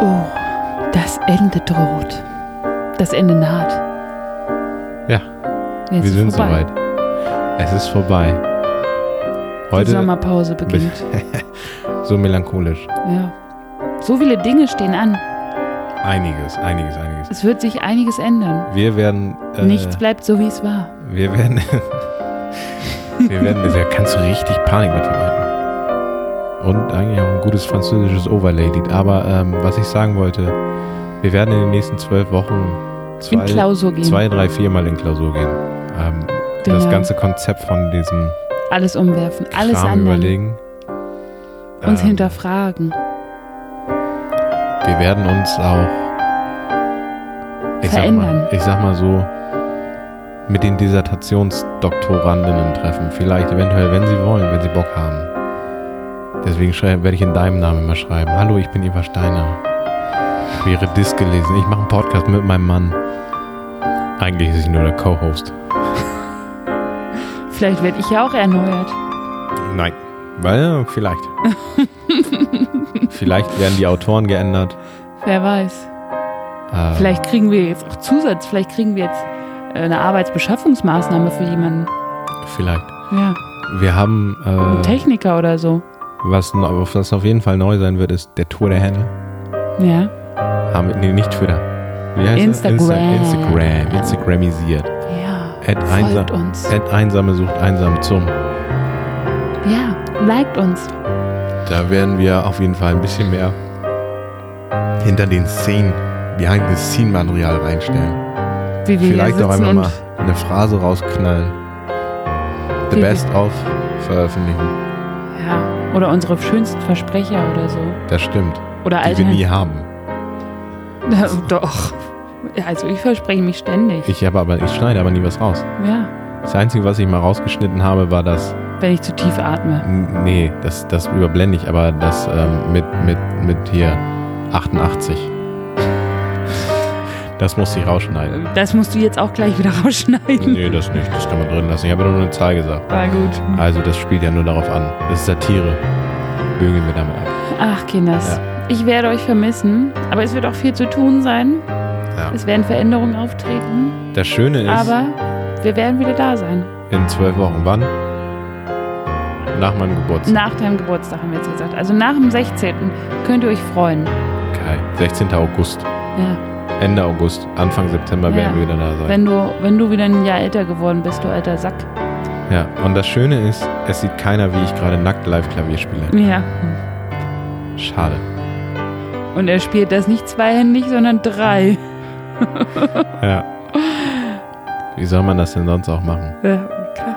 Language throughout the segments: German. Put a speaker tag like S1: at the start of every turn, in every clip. S1: Oh, Ende droht. Das Ende naht.
S2: Ja,
S1: Jetzt
S2: wir
S1: ist
S2: sind
S1: vorbei.
S2: soweit. Es ist vorbei.
S1: Die
S2: Heute
S1: Sommerpause beginnt.
S2: so melancholisch.
S1: ja. So viele Dinge stehen an.
S2: Einiges, einiges, einiges.
S1: Es wird sich einiges ändern.
S2: Wir werden. äh,
S1: Nichts bleibt so, wie es war.
S2: Wir werden. wir werden. Da kannst du richtig Panik mit verbreiten. Und eigentlich auch ein gutes französisches Overlay-Lied. Aber ähm, was ich sagen wollte, wir werden in den nächsten zwölf Wochen
S1: In
S2: zwei,
S1: Klausur gehen.
S2: zwei drei, viermal in Klausur gehen. Ähm, Das
S1: Genau.
S2: ganze Konzept von diesem
S1: Alles umwerfen, alles
S2: Kram
S1: ändern.
S2: überlegen.
S1: Uns
S2: Ähm,
S1: hinterfragen.
S2: Wir werden uns auch ich Sag
S1: Verändern.
S2: mal, ich sag mal so mit den Dissertationsdoktorandinnen treffen. Vielleicht, eventuell, wenn sie wollen, wenn sie Bock haben. Deswegen schrei- werde ich in deinem Namen immer schreiben. Hallo, ich bin Eva Steiner. Ich habe ihre Disc gelesen. Ich mache einen Podcast mit meinem Mann. Eigentlich ist ich nur der Co-Host.
S1: Vielleicht werde ich ja auch erneuert.
S2: Nein. Weil, ja, vielleicht. vielleicht werden die Autoren geändert.
S1: Wer weiß.
S2: Ähm,
S1: Vielleicht kriegen wir jetzt auch Zusatz. Vielleicht kriegen wir jetzt äh, eine Arbeitsbeschaffungsmaßnahme für jemanden.
S2: Vielleicht.
S1: Ja,
S2: Wir haben.
S1: einen
S2: Äh,
S1: Techniker oder so.
S2: Was, neu- was auf jeden Fall neu sein wird, ist der Tour der Henne.
S1: Ja.
S2: Haben, nee, nicht Twitter. Wie heißt er?
S1: Instagram.
S2: Insta Instagram. Instagramisiert.
S1: Ja.
S2: At, einsam,
S1: Folgt uns.
S2: at einsame sucht einsam zum.
S1: Ja, liked uns.
S2: Da werden wir auf jeden Fall ein bisschen mehr hinter den Szenen, behind the scene Material reinstellen.
S1: Wie wir
S2: Vielleicht
S1: hier
S2: auch
S1: sitzen
S2: einmal
S1: und
S2: mal eine Phrase rausknallen. The
S1: Wie wir-
S2: best of veröffentlichen.
S1: Ja, oder unsere schönsten Versprecher oder so.
S2: Das stimmt.
S1: Oder
S2: Die wir
S1: Alter.
S2: nie haben.
S1: Doch. Also ich verspreche mich ständig.
S2: Ich, habe aber, ich schneide aber nie was raus.
S1: ja,
S2: Das Einzige, was ich mal rausgeschnitten habe, war das
S1: wenn ich zu tief atme.
S2: N- Nee, das, das überblende ich, aber das ähm, mit, mit, mit hier 88. Das musste ich rausschneiden.
S1: Das musst du jetzt auch gleich wieder rausschneiden.
S2: Nee, das nicht. Das kann man drin lassen. Ich habe nur eine Zahl gesagt.
S1: War gut.
S2: Also, das spielt ja nur darauf an. Das ist Satire. Bügeln wir damit ab.
S1: Ach, Kinders. Ich werde euch vermissen, aber es wird auch viel zu tun sein.
S2: Ja.
S1: Es werden Veränderungen auftreten,
S2: Das Schöne ist,
S1: aber wir werden wieder da sein.
S2: in zwölf Wochen, wann? Nach meinem Geburtstag.
S1: Nach deinem Geburtstag haben wir jetzt gesagt. Also nach dem 16. könnt ihr euch freuen.
S2: Geil. 16. August.
S1: Ja.
S2: Ende August, Anfang September
S1: Ja.
S2: werden wir wieder da sein.
S1: Wenn du, wenn du wieder ein Jahr älter geworden bist, du alter Sack.
S2: ja. Und das Schöne ist, es sieht keiner, wie ich gerade nackt live Klavier spiele.
S1: Ja.
S2: Schade.
S1: Und er spielt das nicht zweihändig, sondern drei.
S2: Ja. Wie soll man das denn sonst auch machen?
S1: Ja, Äh, klar.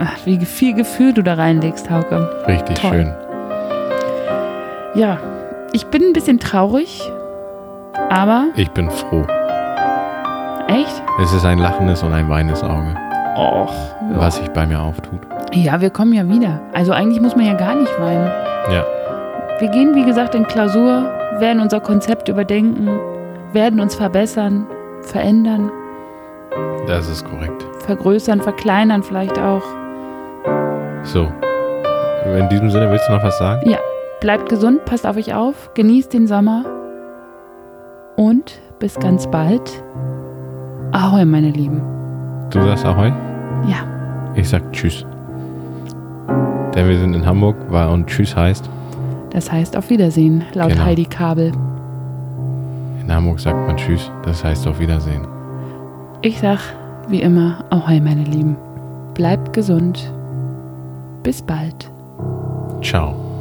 S1: Ach, wie viel Gefühl du da reinlegst, Hauke.
S2: Richtig
S1: Toll.
S2: schön.
S1: Ja, ich bin ein bisschen traurig, aber
S2: Ich bin froh.
S1: echt?
S2: Es ist ein lachendes und ein weinendes Auge,
S1: Och.
S2: was sich bei mir auftut.
S1: Ja, wir kommen ja wieder. Also eigentlich muss man ja gar nicht weinen.
S2: Ja.
S1: Wir gehen, wie gesagt, in Klausur, werden unser Konzept überdenken, werden uns verbessern, verändern,
S2: Das ist korrekt.
S1: vergrößern, verkleinern vielleicht auch.
S2: So. In diesem Sinne willst du noch was sagen?
S1: Bleibt gesund, passt auf euch auf, genießt den Sommer und bis ganz bald. Ahoi, meine Lieben.
S2: Du sagst Ahoi.
S1: Ja,
S2: Ich sag Tschüss. Denn wir sind in Hamburg wa- und Tschüss heißt,
S1: das heißt auf Wiedersehen, laut
S2: Genau.
S1: Heidi Kabel.
S2: in Hamburg sagt man Tschüss, das heißt auf Wiedersehen.
S1: Ich sag wie immer Ahoi, meine Lieben. Bleibt gesund. Bis bald.
S2: Ciao.